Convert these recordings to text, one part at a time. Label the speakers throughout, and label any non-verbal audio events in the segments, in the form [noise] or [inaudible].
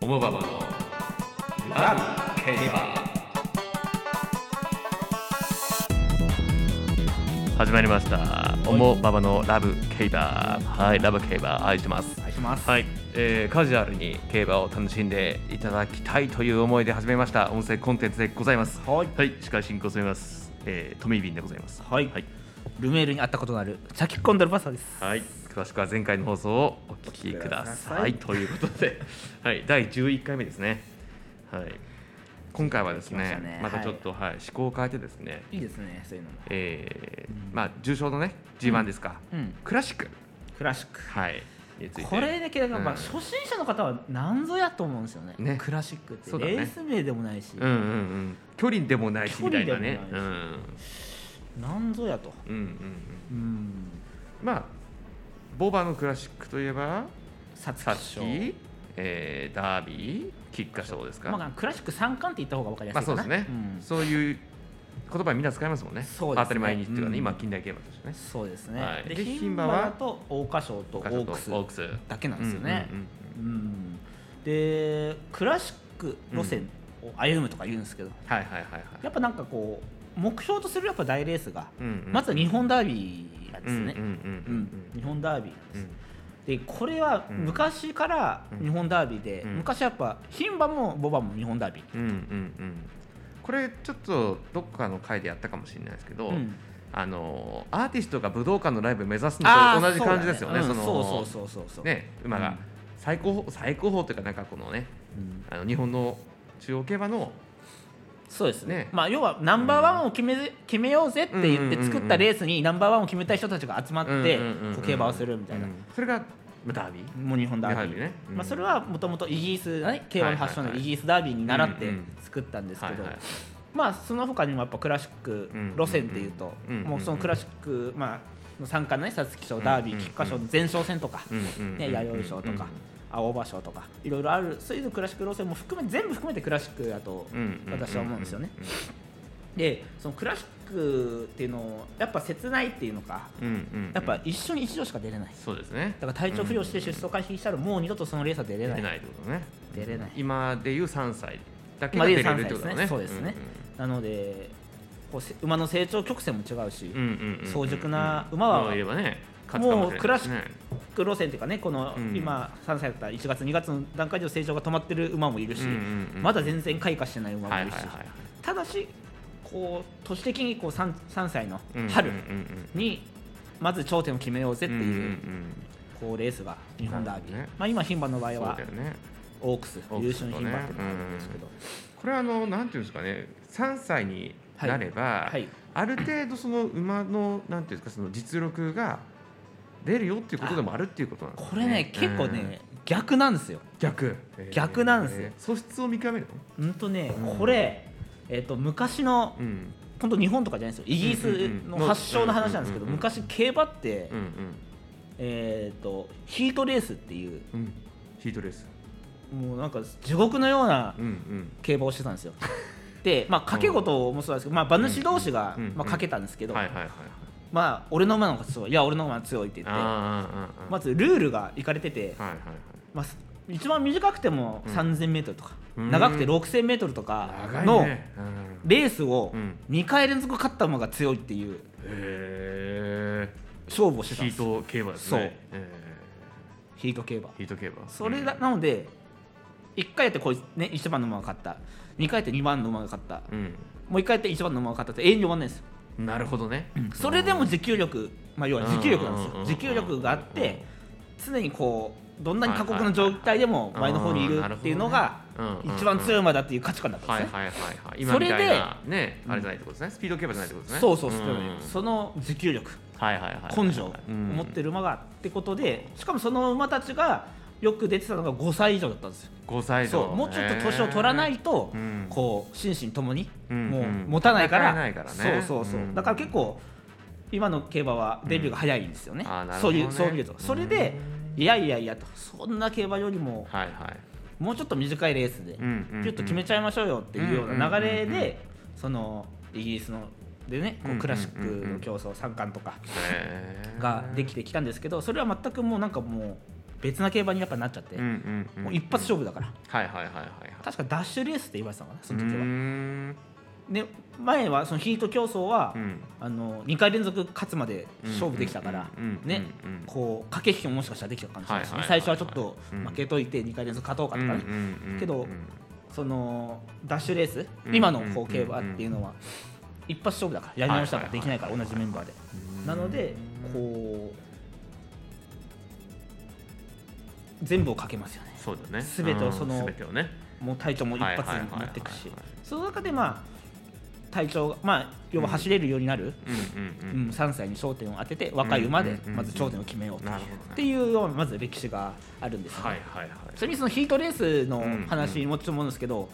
Speaker 1: オモババのラブ競
Speaker 2: 始まりました。おもばばのラブ競馬。はい、ラブ競馬愛してます。
Speaker 3: はい、します。
Speaker 2: はい、えーカジュアルに競馬を楽しんでいただきたいという思いで始めました音声コンテンツでございます。
Speaker 3: はい
Speaker 2: はい、司会進行を務めます。えー、トミービンでございます。
Speaker 3: はい
Speaker 2: はい、
Speaker 3: ルメールに会ったことのある、チャキコンドルバッサです。
Speaker 2: はい詳しくは前回の放送をお聞きください。
Speaker 3: お聞き
Speaker 2: ということで、 [laughs] はい、第11回目ですね。はい、今回はですね、
Speaker 3: 来
Speaker 2: ま
Speaker 3: ましたね
Speaker 2: たちょっと、はい、思考を変えてですね、
Speaker 3: いいですね、そういうのも。
Speaker 2: えーまあ重賞のね G1 ですか、
Speaker 3: うん、
Speaker 2: クラシック。
Speaker 3: クラシック。
Speaker 2: はい、について
Speaker 3: これだけだから、まあ、
Speaker 2: うん
Speaker 3: 初心者の方は何ぞやと思うんですよね。
Speaker 2: ね
Speaker 3: クラシックって、
Speaker 2: そうだね
Speaker 3: レース名でもないし、
Speaker 2: うんうんうん距離でもないしみたいなね
Speaker 3: 距離
Speaker 2: う
Speaker 3: で
Speaker 2: ん
Speaker 3: も何ぞやと。
Speaker 2: うんうんうん
Speaker 3: うん、
Speaker 2: まあボバのクラシックといえば
Speaker 3: サツ
Speaker 2: サ
Speaker 3: キ
Speaker 2: ツ
Speaker 3: 賞。
Speaker 2: キ、えーダービー菊花賞ですか、
Speaker 3: ま
Speaker 2: ま
Speaker 3: あ、クラシック三冠って言った方が分かりや
Speaker 2: あ
Speaker 3: すい
Speaker 2: そ
Speaker 3: か
Speaker 2: う
Speaker 3: な。
Speaker 2: ですね、
Speaker 3: ん
Speaker 2: そういう言葉みんな使いますもんね
Speaker 3: そうですね
Speaker 2: 当たり前にっていうかね、
Speaker 3: うん
Speaker 2: 今近代競馬としてね
Speaker 3: そうですね。
Speaker 2: はいで
Speaker 3: で、牝
Speaker 2: 牝馬
Speaker 3: 馬
Speaker 2: は
Speaker 3: だと、桜花賞とオ
Speaker 2: 菊花賞
Speaker 3: ークス
Speaker 2: オークス
Speaker 3: だけなんですよね。
Speaker 2: うんうん
Speaker 3: うんでクラシック路線を歩むとか言うんですけど、
Speaker 2: はいはいはいはい
Speaker 3: やっぱなんかこう目標とするやっぱ大レースが、
Speaker 2: うんうん
Speaker 3: まずは日本ダービーなんで
Speaker 2: う
Speaker 3: す
Speaker 2: んうん
Speaker 3: ね、
Speaker 2: うんう
Speaker 3: うんん日本ダービーなん
Speaker 2: う
Speaker 3: です、
Speaker 2: ん
Speaker 3: でこれは
Speaker 2: うん
Speaker 3: 昔から日本ダービーで、
Speaker 2: うん
Speaker 3: 昔やっぱ牝馬もボバも日本ダービ
Speaker 2: うんうんうんこれちょっとどっかの回でやったかもしれないですけど、
Speaker 3: ー、うん
Speaker 2: あのアーティストが武道館のライブ目指すの
Speaker 3: あ
Speaker 2: と
Speaker 3: ー
Speaker 2: 同じ感じですよね。
Speaker 3: そうだ
Speaker 2: の
Speaker 3: うんそうそうそうそうそう、
Speaker 2: ね馬
Speaker 3: う
Speaker 2: が
Speaker 3: ん
Speaker 2: 最高峰最高峰というかなんかこのね
Speaker 3: うん
Speaker 2: あの日本の中央競馬の
Speaker 3: そうですね
Speaker 2: ね
Speaker 3: まあ要はナンバーワンを決め,、決めようぜって言っ
Speaker 2: うんうんうんう
Speaker 3: て
Speaker 2: ん
Speaker 3: 作ったレースにナンバーワンを決めた人たちが集まってこう競馬をするみたいな、
Speaker 2: うんそれがまあダービー
Speaker 3: もう日本ダービー
Speaker 2: ダービーねうん
Speaker 3: まあ、それはもともとイギリスだね競馬の発祥
Speaker 2: は
Speaker 3: の
Speaker 2: いはいはい
Speaker 3: イギリスダービーに習っ
Speaker 2: う
Speaker 3: て
Speaker 2: んうん
Speaker 3: 作ったんですけど、
Speaker 2: はいはい
Speaker 3: まあその他にもやっぱクラシック路線っていうと、
Speaker 2: うんうんうん
Speaker 3: もうそのクラシック、まあ、の参加のね皐月賞ダービ
Speaker 2: うん
Speaker 3: ー
Speaker 2: うんうん
Speaker 3: 菊花賞の前哨戦とか、
Speaker 2: うんうんうん
Speaker 3: ね、弥生賞とか。青葉賞とかいろいろあるそういうクラシック路線も含め全部含めてクラシックだと
Speaker 2: うんうん
Speaker 3: 私は思うんですよね。
Speaker 2: うん
Speaker 3: でそのクラシックっていうのをやっぱ切ないっていうのか
Speaker 2: うんうんうん
Speaker 3: やっぱ一緒に一度しか出れない
Speaker 2: そうですね
Speaker 3: だから体調不良して出走回避したらもう二度とそのレースは出れ
Speaker 2: 出
Speaker 3: な
Speaker 2: れ
Speaker 3: い
Speaker 2: ないってことね
Speaker 3: 出れない
Speaker 2: 今でいう三歳だけ
Speaker 3: 今
Speaker 2: が出
Speaker 3: でいう
Speaker 2: れ
Speaker 3: 3
Speaker 2: るって
Speaker 3: 歳
Speaker 2: こと
Speaker 3: です
Speaker 2: だ
Speaker 3: ね
Speaker 2: ね
Speaker 3: そうですね、なのでこうせ馬の成長曲線も違うし、
Speaker 2: うんうんうんうん
Speaker 3: 早熟な馬は
Speaker 2: もういればね勝つか
Speaker 3: も
Speaker 2: も
Speaker 3: う
Speaker 2: しれない
Speaker 3: クラ
Speaker 2: で
Speaker 3: シ
Speaker 2: すね
Speaker 3: ック路線っていうかねこの
Speaker 2: うん
Speaker 3: 今3歳だったら1月2月の段階での成長が止まってる馬もいるし、
Speaker 2: うんうんうん
Speaker 3: まだ全然開花してない馬もいるし、
Speaker 2: はいはいはいはい
Speaker 3: ただしこう年的にこう 3, 3歳の
Speaker 2: うんうんうんうん
Speaker 3: 春にまず頂点を決めようぜっていう,、
Speaker 2: んん
Speaker 3: こうレースが日本ダービー、
Speaker 2: なるほどね
Speaker 3: まあ、今牝馬の場合
Speaker 2: うんそう
Speaker 3: は
Speaker 2: だよね
Speaker 3: オークス
Speaker 2: オー
Speaker 3: 優
Speaker 2: クス
Speaker 3: 勝
Speaker 2: とね
Speaker 3: の牝馬っていうのがあるんですけど、
Speaker 2: これはあのなんていうんですかね3歳になれば、
Speaker 3: はい、
Speaker 2: ある程度その馬のなんていうんですかその実力が出るよっていうことでもあるっていうことなんです
Speaker 3: これね結構ね、逆なんですよ
Speaker 2: 逆
Speaker 3: 逆なんですよ
Speaker 2: 素質を見極めるの
Speaker 3: うんとね、
Speaker 2: うん
Speaker 3: これ、えっと昔の
Speaker 2: うん
Speaker 3: 本当日本とかじゃないですよイギリス
Speaker 2: うんうんう
Speaker 3: の
Speaker 2: ん
Speaker 3: 発祥の話なんですけど
Speaker 2: うんうんうん
Speaker 3: 昔競馬って、
Speaker 2: うん
Speaker 3: えっとヒートレースっていう
Speaker 2: うんうんヒートレース
Speaker 3: もうなんか地獄のような
Speaker 2: うんうん
Speaker 3: 競馬をしてたん
Speaker 2: [laughs]
Speaker 3: ですよ。でまあ賭け事もそうなんですけど、まあ、馬主同士が、
Speaker 2: うんうんうん
Speaker 3: まあ、賭けたんですけど、
Speaker 2: はいはいはいはい
Speaker 3: まあ俺の馬の方が強いいや俺の馬が強いって言っ
Speaker 2: あ
Speaker 3: て
Speaker 2: ーあーあー
Speaker 3: まずルールがいかれてて、
Speaker 2: はいはいはい
Speaker 3: まあ、す一番短くても
Speaker 2: うん
Speaker 3: 3000m とか、
Speaker 2: うん
Speaker 3: 長くて 6000m とか
Speaker 2: 長
Speaker 3: の、
Speaker 2: いねうん
Speaker 3: レースを
Speaker 2: うん
Speaker 3: 2回連続勝った馬が強いっていう
Speaker 2: へ
Speaker 3: 勝負を
Speaker 2: ー
Speaker 3: して
Speaker 2: ヒ
Speaker 3: たんで
Speaker 2: ー
Speaker 3: すよ
Speaker 2: ト競馬ですねえ
Speaker 3: ヒート競馬
Speaker 2: ーヒート競馬
Speaker 3: それ
Speaker 2: う
Speaker 3: だ
Speaker 2: ん
Speaker 3: なので1回やってこいつね1番の馬が勝った2回やって2番の馬が勝ったもう1回やって1番の馬が勝ったって永遠に終わんないんですよ
Speaker 2: うんなるほどね
Speaker 3: それでも持久力まあ要は持久力なんです
Speaker 2: うん
Speaker 3: よ持久力があって常にこうどんなに過酷
Speaker 2: は
Speaker 3: ない
Speaker 2: はい
Speaker 3: 状態でも前の方にいる
Speaker 2: あー
Speaker 3: っていうのが
Speaker 2: なるほどねうん
Speaker 3: 一番強い馬だっていう価値観だったん
Speaker 2: はい
Speaker 3: ですね
Speaker 2: はいはいはい。今
Speaker 3: そ
Speaker 2: み
Speaker 3: れで
Speaker 2: たいなね、
Speaker 3: うん
Speaker 2: あれじゃないってことですね。スピード競馬じゃないってことですね。
Speaker 3: そうそうそ
Speaker 2: ん
Speaker 3: うその持久力
Speaker 2: はいはいはい。
Speaker 3: 根性を
Speaker 2: うん
Speaker 3: 持ってる馬がってことでしかもその馬たちがよく出てたのが5歳以上だったんですよ
Speaker 2: 5歳。
Speaker 3: そうもうちょっと年を取らないいと、
Speaker 2: うん
Speaker 3: こう心身ともに、
Speaker 2: うん
Speaker 3: もう
Speaker 2: うん
Speaker 3: 持たないから,、
Speaker 2: 戦えないからね
Speaker 3: そうそうそう、
Speaker 2: うん
Speaker 3: だから結構今の競馬はデビューが早いんですよね、
Speaker 2: あーなるほ
Speaker 3: そう
Speaker 2: どね
Speaker 3: いうそう見るとそれで、いやいやいやとそんな競馬よりも
Speaker 2: はいはい。
Speaker 3: もうちょっと短いレースで、
Speaker 2: んうんうん
Speaker 3: ピュッと決めちゃいましょうよっていうような流
Speaker 2: う
Speaker 3: れで、
Speaker 2: んうんうんうん
Speaker 3: そのイギリスのでねこ
Speaker 2: うんうんうんう
Speaker 3: うんクラシックの競争三冠とか
Speaker 2: へー
Speaker 3: ができてきたんですけどそれは全くもうなんかもう別な競馬にやっぱなっちゃって、
Speaker 2: うんうんうん
Speaker 3: もう一発勝負だから、
Speaker 2: はいはいはいはいはい
Speaker 3: 確かダッシュレースって言われてたのかなそうの時は、
Speaker 2: ーん
Speaker 3: で前はそのヒート競争は、
Speaker 2: うん
Speaker 3: あの2回連続勝つまで勝負できたから、
Speaker 2: うんうんうん
Speaker 3: ね
Speaker 2: うんうん
Speaker 3: こう駆け引きももしかしたらできたかもしれないしね、
Speaker 2: はいはいはい
Speaker 3: 最初はちょっと
Speaker 2: うん
Speaker 3: 負けといて2回連続勝とうかとかね、
Speaker 2: うんうんうん
Speaker 3: け
Speaker 2: う
Speaker 3: ど
Speaker 2: ん
Speaker 3: そのダッシュレース、
Speaker 2: うん
Speaker 3: 今のこう競馬っていうのは、一発勝負だからやり直したら
Speaker 2: はいはいはい
Speaker 3: できないから、同じメンバーで。なのでこう全部をかけますよね
Speaker 2: そうだね
Speaker 3: 全てをその
Speaker 2: うん全てをね
Speaker 3: もう体調も一発に持っていく
Speaker 2: はいはいはい
Speaker 3: し
Speaker 2: はいはい
Speaker 3: その中でまあ体調がまあ要は走れるようになる、
Speaker 2: うん
Speaker 3: う
Speaker 2: うん
Speaker 3: ん3歳に焦点を当てて若い馬
Speaker 2: う
Speaker 3: で
Speaker 2: んうんうん
Speaker 3: まず頂点を決めよう
Speaker 2: うん
Speaker 3: と
Speaker 2: なるほどね
Speaker 3: っていうようなまず歴史があるんですよね、
Speaker 2: はいはいはい
Speaker 3: ちなみにそのヒートレースの話にもちろん思うんですけど、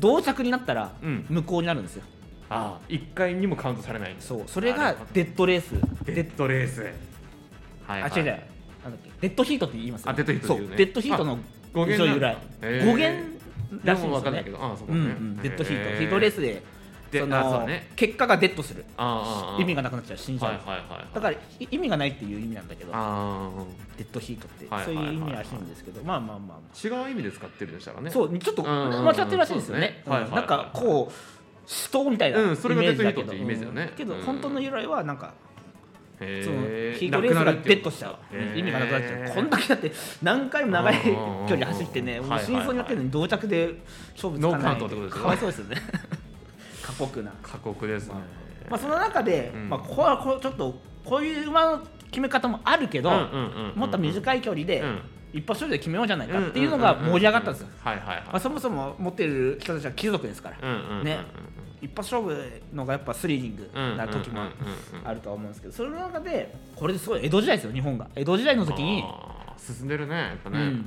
Speaker 3: 同着になったら
Speaker 2: うん
Speaker 3: 無効になるんですよ、
Speaker 2: ああ1回にもカウントされないんだ
Speaker 3: そうそれ
Speaker 2: な
Speaker 3: が
Speaker 2: るほど
Speaker 3: デッドレース
Speaker 2: デッドレースはい
Speaker 3: あ、
Speaker 2: はい
Speaker 3: 違う違う。なんだっけデッドヒートって言いますよ
Speaker 2: あデッドヒート
Speaker 3: そう
Speaker 2: っていうね
Speaker 3: デッドヒートの
Speaker 2: あ語源なんだ
Speaker 3: 一応由来
Speaker 2: へー
Speaker 3: 語源らしい
Speaker 2: で
Speaker 3: んで
Speaker 2: も分
Speaker 3: す
Speaker 2: か
Speaker 3: よ
Speaker 2: んな
Speaker 3: ね
Speaker 2: いけどああそう
Speaker 3: う
Speaker 2: だ
Speaker 3: んう
Speaker 2: ね
Speaker 3: んデッドヒー
Speaker 2: へ
Speaker 3: トヒートレースで
Speaker 2: で
Speaker 3: そ
Speaker 2: あ
Speaker 3: の
Speaker 2: そうね
Speaker 3: 結果がデッドする
Speaker 2: ああああ
Speaker 3: 意味がなくなっちゃう死んじゃう、
Speaker 2: はいはいはいはい
Speaker 3: だからい意味がないっていう意味なんだけど
Speaker 2: あ
Speaker 3: デッドヒートって、
Speaker 2: はいはいはい
Speaker 3: そ
Speaker 2: は
Speaker 3: う
Speaker 2: い
Speaker 3: いう意味らしいんですけどまあまあまあ、ま
Speaker 2: あ違う意味で使ってるとしたら
Speaker 3: あ
Speaker 2: ね
Speaker 3: そうちょっと
Speaker 2: うんうんうん
Speaker 3: 間違ってるらしいんですよね
Speaker 2: そうですね
Speaker 3: うんなんかこう死闘みたいなイ
Speaker 2: う
Speaker 3: メ
Speaker 2: んそれが
Speaker 3: ージだ
Speaker 2: デ
Speaker 3: け
Speaker 2: ッドヒートって
Speaker 3: ど、
Speaker 2: いうイメージだよね
Speaker 3: けど
Speaker 2: うん
Speaker 3: 本当の由来はなんかその
Speaker 2: へえ
Speaker 3: ヒートレースがデッドしちゃう
Speaker 2: なくなるってこと
Speaker 3: 意味がなくなっち
Speaker 2: へ
Speaker 3: ゃ
Speaker 2: え
Speaker 3: うこんだけだって何回も長い
Speaker 2: うんうんうんうん
Speaker 3: 距離走ってねもう
Speaker 2: はいはい
Speaker 3: 死に
Speaker 2: はい
Speaker 3: そうになってるのに同着で勝負つ
Speaker 2: ノ
Speaker 3: か
Speaker 2: ーカ
Speaker 3: な
Speaker 2: ウ
Speaker 3: い
Speaker 2: ントってことですよ
Speaker 3: かわいそうですよね過酷な、
Speaker 2: [laughs] 過酷ですね
Speaker 3: まあ、その中で、
Speaker 2: うん
Speaker 3: まあ、ここはこうちょっとこういう馬の決め方もあるけど、もっと
Speaker 2: い
Speaker 3: 短い距離で
Speaker 2: うん
Speaker 3: 一発勝負で決めようじゃないかっていうのが盛り上がったんですよ、
Speaker 2: はいはい
Speaker 3: まあ、
Speaker 2: は
Speaker 3: そもそも持ってる人たちは貴族ですから、
Speaker 2: いうんうんうんうん
Speaker 3: ね一発勝負のがやっぱスリリング
Speaker 2: うん
Speaker 3: な時も
Speaker 2: うんうんうん
Speaker 3: あるとは思うんですけどその中でこれですごい江戸時代ですよ日本が江戸時代の時に
Speaker 2: あー進んでるねやっぱね
Speaker 3: う
Speaker 2: うんん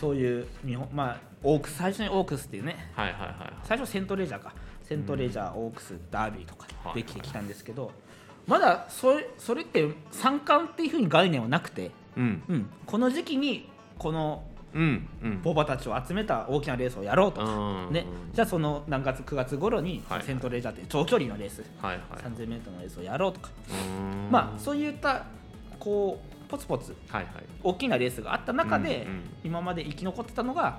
Speaker 3: そういう日本まあオークス最初にオークスっていうね
Speaker 2: はいはいはい
Speaker 3: 最初セントレジャーかセントレジャー、オークスダービーとか
Speaker 2: はい
Speaker 3: できてきたんですけど、まだそれそれって三冠っていうふうに概念はなくて、
Speaker 2: うん
Speaker 3: うん、この時期にこの
Speaker 2: うんうん
Speaker 3: ボバたちを集めた大きなレースをやろうとか、
Speaker 2: うん
Speaker 3: ね、じゃあその何月9月頃に
Speaker 2: はい
Speaker 3: セントレジャーっていう長距離のレース、
Speaker 2: はいはい
Speaker 3: 3000m のレースをやろうとか、
Speaker 2: うん
Speaker 3: まあそういったこうポツポツ
Speaker 2: はいはい
Speaker 3: 大きなレースがあった中で、
Speaker 2: うんうん
Speaker 3: 今まで生き残ってたのが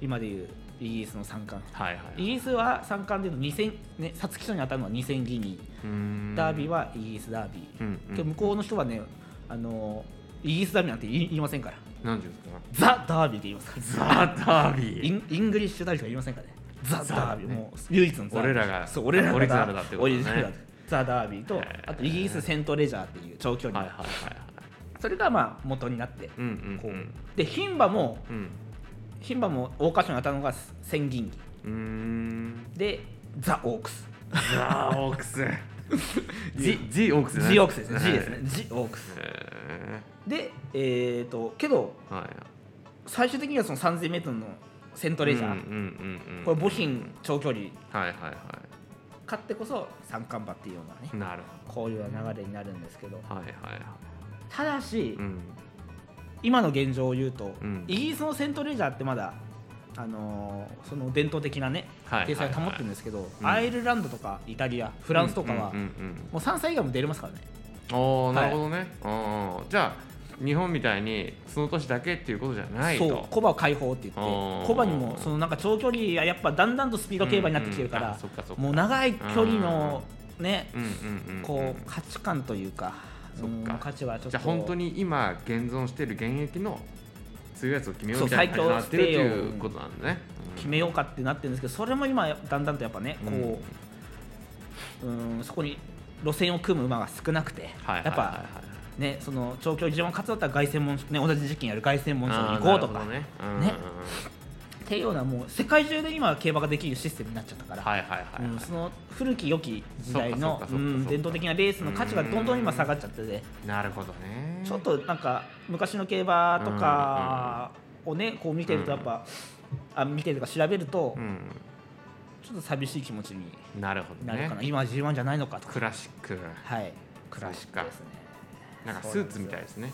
Speaker 3: 今でいうイギリスの三冠
Speaker 2: はいはい
Speaker 3: イギリスは三冠での2000ね皐月賞に当たるのは2000ギニーダービー
Speaker 2: は
Speaker 3: はイギリスダービー、
Speaker 2: うんうん
Speaker 3: けど向こうの人はねあのイギリスダービーなんて言い言いませんから
Speaker 2: 何ていうんですか
Speaker 3: ザ・ダービーって言いますから
Speaker 2: ザ・ダービ
Speaker 3: イ
Speaker 2: ー
Speaker 3: ンイングリッシュダービーとか言いませんからねザ・
Speaker 2: ザ
Speaker 3: ダービー
Speaker 2: ね
Speaker 3: もう唯一のザ
Speaker 2: 俺らが
Speaker 3: そう俺らが
Speaker 2: オリジナルだってこと
Speaker 3: オ
Speaker 2: ね
Speaker 3: リジナルだザ・ダービーと
Speaker 2: へー
Speaker 3: あとイギリスセントレジャーっていう長距
Speaker 2: は
Speaker 3: 離
Speaker 2: い
Speaker 3: の、
Speaker 2: はいはいはい
Speaker 3: それがまあ元になって、
Speaker 2: うんうん
Speaker 3: こ
Speaker 2: う
Speaker 3: うんで牝馬も
Speaker 2: うん
Speaker 3: 牝馬も桜花賞に当たるのが千銀銀
Speaker 2: うーん
Speaker 3: でザ・オークス
Speaker 2: ザ・オーク
Speaker 3: [laughs]
Speaker 2: ス
Speaker 3: ジ
Speaker 2: G オークスね
Speaker 3: G オークスですね
Speaker 2: はい
Speaker 3: G ですね G オークス
Speaker 2: へ
Speaker 3: でえっ、とけど
Speaker 2: ーはい
Speaker 3: 最終的にはその 3000m のセントレジャー、
Speaker 2: うんうんうんうん
Speaker 3: これ母品長距離
Speaker 2: はいはいは
Speaker 3: 勝ってこそ三冠馬っていうようなね
Speaker 2: いなる
Speaker 3: こういうような流れになるんですけど
Speaker 2: ほどはいはいはい
Speaker 3: ただし、
Speaker 2: うん
Speaker 3: 今の現状を言うと、
Speaker 2: うん
Speaker 3: イギリスのセントレジャーってまだあのーその伝統的なね
Speaker 2: はい
Speaker 3: 体裁を保ってるんですけど、
Speaker 2: いはい
Speaker 3: アイルランドとかイタリアフランスとかは、
Speaker 2: うんうんうん
Speaker 3: もう3歳以外も出れますからね
Speaker 2: うんおーなるほどねおーじゃあ日本みたいにその年だけっていうことじゃないと
Speaker 3: そうコバを解放って言って
Speaker 2: おー
Speaker 3: コバにもそのなんか長距離はやっぱだんだんとスピード競馬になってきてるか
Speaker 2: うんうん
Speaker 3: ら
Speaker 2: あそっかそっか
Speaker 3: もう長い距離のね
Speaker 2: うんうんうん
Speaker 3: こう価値観というか
Speaker 2: そっか
Speaker 3: うん価値はちょ
Speaker 2: じ
Speaker 3: っと
Speaker 2: ゃあ本当に今現存している現役の強いやつを決めようみたいな
Speaker 3: そ
Speaker 2: 感じにな
Speaker 3: う最強
Speaker 2: ってると
Speaker 3: ス
Speaker 2: い
Speaker 3: テイを
Speaker 2: うことなんだね。
Speaker 3: 決めようかってなってるんですけどそれも今だんだんとやっぱねこううんそこに路線を組む馬が少なくて
Speaker 2: はいはいは
Speaker 3: やっ
Speaker 2: いはい
Speaker 3: ぱねその長距離 G1 勝つだったら凱旋門賞ね同じ時期にやる凱旋門賞に
Speaker 2: あー
Speaker 3: 行こうとか
Speaker 2: なるほど
Speaker 3: っ
Speaker 2: ね。うんうんうん
Speaker 3: ねていうようなもう世界中で今競馬ができるシステムになっちゃったから
Speaker 2: はいはいはいはい
Speaker 3: うん、その古き良き時代
Speaker 2: そ
Speaker 3: の
Speaker 2: っかそっかそっかそっか
Speaker 3: うん伝統的なレースの価値がどんどん今下がっちゃってて
Speaker 2: なるほどね。
Speaker 3: ちょっとなんか昔の競馬とかをねこう見てるとやっぱあ見てるとか調べると
Speaker 2: うん
Speaker 3: ちょっと寂しい気持ちに
Speaker 2: なるほど
Speaker 3: なるかな
Speaker 2: ね。
Speaker 3: 今は G1 じゃないのかとか
Speaker 2: クラシック
Speaker 3: はいクラシックですね
Speaker 2: なんかスーツみたいですね。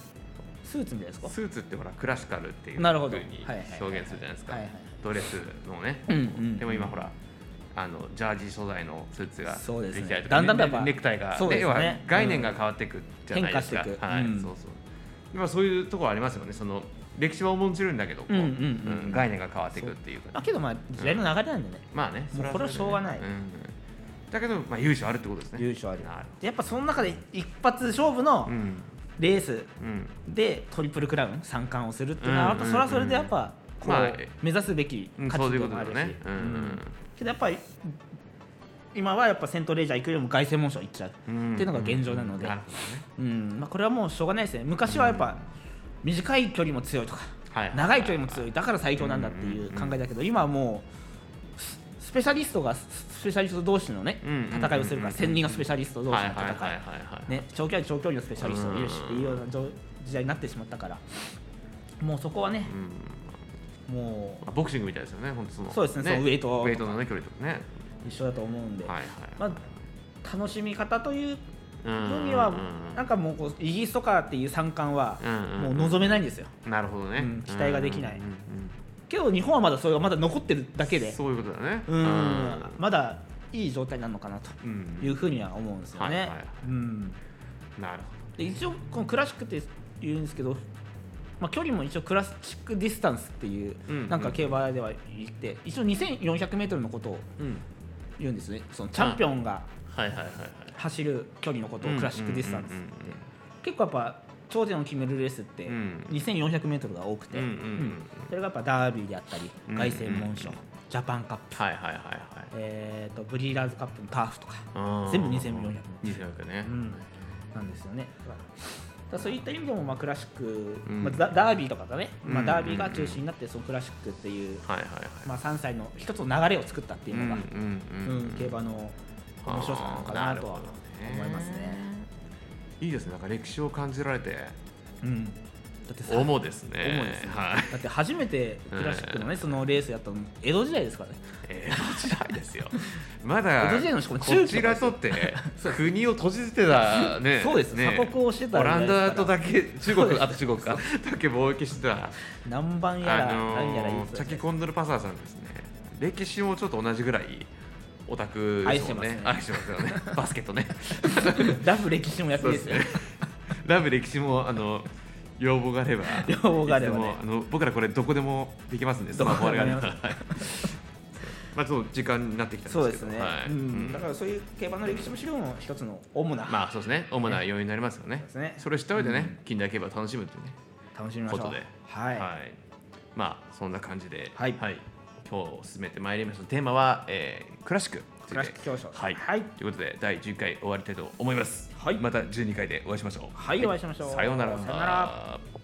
Speaker 3: スーツみたいですか
Speaker 2: スーツってほらクラシカルっていう風
Speaker 3: なるほど
Speaker 2: に
Speaker 3: はいはいはい
Speaker 2: 表現するじゃないですか
Speaker 3: はいはい。
Speaker 2: ドレスのね。
Speaker 3: うんうん
Speaker 2: でも今ほら。あのジャージ素材のスーツが
Speaker 3: そうですね
Speaker 2: できたりと
Speaker 3: だ
Speaker 2: か、
Speaker 3: んだんやっぱ
Speaker 2: ネクタイが、
Speaker 3: そうですね
Speaker 2: 要は概念が変わっていくじゃないですか。
Speaker 3: うん変化していく
Speaker 2: はい、
Speaker 3: うん
Speaker 2: そうそう。まあ、そういうところありますよねその歴史は重んじるんだけどこう、
Speaker 3: うんうんうん
Speaker 2: 概念が変わっていくっていうか
Speaker 3: あ [laughs] けどまあ時代の流れなんでね、
Speaker 2: まあね
Speaker 3: もう
Speaker 2: そそれでね
Speaker 3: これはしょうがない
Speaker 2: んだけど、まあ、優勝あるってことですね
Speaker 3: 優勝ある
Speaker 2: なる
Speaker 3: でやっぱその中で一発勝負の
Speaker 2: うん
Speaker 3: レース
Speaker 2: うん
Speaker 3: でトリプルクラウン三冠をするっていうのは
Speaker 2: うん
Speaker 3: やっぱそれはそれでやっぱこう、
Speaker 2: まあ
Speaker 3: 目指すべき
Speaker 2: うん
Speaker 3: 価
Speaker 2: そう
Speaker 3: 値
Speaker 2: い
Speaker 3: で
Speaker 2: うこと
Speaker 3: も
Speaker 2: だ
Speaker 3: あ
Speaker 2: よ
Speaker 3: るし、
Speaker 2: ねうん
Speaker 3: うんけどやっぱり今はやっぱセントレジャー行くよりも凱旋門賞行っちゃう、
Speaker 2: うん
Speaker 3: っていうのが現状なので、
Speaker 2: なるほどね
Speaker 3: うんまあ、これはもうしょうがないですね昔はやっぱ短い距離も強いとか、
Speaker 2: はい
Speaker 3: 長い距離も強いだから最強なんだっていう考えだけど今はもうススペシャリストがススペシャリスト同士のね
Speaker 2: うんうんうんうん
Speaker 3: 戦いをするから千人のスペシャリスト同士
Speaker 2: はい
Speaker 3: の
Speaker 2: はいはい
Speaker 3: 戦い
Speaker 2: はいはい、
Speaker 3: ね長距離は長距離のスペシャリストもいるし
Speaker 2: うん
Speaker 3: っていうような状時代になってしまったからもうそこはね
Speaker 2: うん
Speaker 3: も
Speaker 2: まあ、ボクシングみたいですよね本当その
Speaker 3: そうですねそのウェイトとか
Speaker 2: ウェイトのね距離とかね
Speaker 3: う一緒だと思うんで、
Speaker 2: はいはい、
Speaker 3: まあ楽しみ方という
Speaker 2: うん
Speaker 3: 分にはなん
Speaker 2: う
Speaker 3: かもうこうイギリスとかっていう三冠は
Speaker 2: うん
Speaker 3: も
Speaker 2: う
Speaker 3: うん望めないんですよ
Speaker 2: んなるほどね、
Speaker 3: うん期待ができない
Speaker 2: うんうんうん
Speaker 3: けど日本はまだそれがまだ残ってるだけで
Speaker 2: そういうことだね
Speaker 3: うんまだいい状態なのかなと
Speaker 2: うん
Speaker 3: いうふうには思うんですよね。
Speaker 2: はいはいはい
Speaker 3: うん
Speaker 2: なるほ
Speaker 3: で一応このクラシックって言うんですけど、まあ、距離も一応クラシックディスタンスっていう
Speaker 2: うん
Speaker 3: なんか競馬では言って一応 2400m のことを
Speaker 2: どうん
Speaker 3: 言うんですねそのチャンピオンが
Speaker 2: はいはいはいはい
Speaker 3: 走る距離のことをクラシックディスタンスって
Speaker 2: うんうん
Speaker 3: 結構やっぱ頂点を決めるレースって
Speaker 2: うん
Speaker 3: 2400m が多くて、
Speaker 2: うんうん
Speaker 3: それがやっぱダービーであったり
Speaker 2: うん
Speaker 3: 凱旋門賞、
Speaker 2: うん
Speaker 3: ジャパンカップ、
Speaker 2: はいはいはいはい
Speaker 3: えー、とブリーダーズカップのターフとか
Speaker 2: うん
Speaker 3: 全部2400
Speaker 2: 2400ね、
Speaker 3: うんなんですよね。だからそういった意味でもまあクラシック、
Speaker 2: うん
Speaker 3: まあ、ダダービーとかがね、まあ、
Speaker 2: うん
Speaker 3: ダービーが中心になってそのクラシックっていう、
Speaker 2: はいはいはい
Speaker 3: まあ、3歳の一つの流れを作ったっていうのが、
Speaker 2: うん
Speaker 3: うん
Speaker 2: うんうん
Speaker 3: 競馬の面白さなのかなと
Speaker 2: あー
Speaker 3: は
Speaker 2: なるほどね
Speaker 3: 思いますね。
Speaker 2: いいですねなんか歴史を感じられて
Speaker 3: うん、だってさ
Speaker 2: 重ですね
Speaker 3: 重いですね
Speaker 2: はい
Speaker 3: だって初めてクラシックのね、そのレースやったの江戸時代ですからね。
Speaker 2: 江戸時代です
Speaker 3: [laughs]
Speaker 2: よまだ
Speaker 3: 江戸時代のしかも中期
Speaker 2: こちらとって国を閉じてたね
Speaker 3: [laughs] そうです
Speaker 2: ね
Speaker 3: 鎖国をしてた
Speaker 2: オランダとだ
Speaker 3: け
Speaker 2: け中
Speaker 3: そうで
Speaker 2: 国
Speaker 3: す
Speaker 2: あと中国かだけ貿易してた
Speaker 3: 南蛮やら、
Speaker 2: あ
Speaker 3: なんやら言
Speaker 2: のー
Speaker 3: うて
Speaker 2: チ
Speaker 3: た
Speaker 2: ャキ
Speaker 3: じゃない [laughs]
Speaker 2: コンドルパサーさんですね歴史もちょっと同じぐらいオタクですもんね愛
Speaker 3: 愛
Speaker 2: してますよねバスケットね
Speaker 3: ラブ歴史もやって
Speaker 2: そう
Speaker 3: るん
Speaker 2: で
Speaker 3: ですすよ
Speaker 2: ね。 [laughs] ラブ歴史もあの要望があれば
Speaker 3: [laughs] 要望があればね
Speaker 2: いつでもあの僕らこれどこでもできますんでスマホあれがあれば
Speaker 3: [laughs] どこ
Speaker 2: はいまあちょっと時間になってきたんですけど
Speaker 3: そうですね、
Speaker 2: はい
Speaker 3: うん、だからそういう競馬の歴史も資料も一つの主な、
Speaker 2: まあそうですね主な要因になりますよね
Speaker 3: ですね
Speaker 2: それを知った上でね、近代競馬を楽しむっていうね
Speaker 3: 楽しみましょ
Speaker 2: こ
Speaker 3: う
Speaker 2: とで
Speaker 3: はい、
Speaker 2: まあそんな感じでは
Speaker 3: はい
Speaker 2: 今日進めてまいりましたテーマは、えークラシックについて
Speaker 3: クラシック教授
Speaker 2: はい、
Speaker 3: はい
Speaker 2: ということで第10回終わりたいと思います、
Speaker 3: はい
Speaker 2: また12回でお会いしましょう
Speaker 3: はいお会いしましょう
Speaker 2: さようなら
Speaker 3: さようなら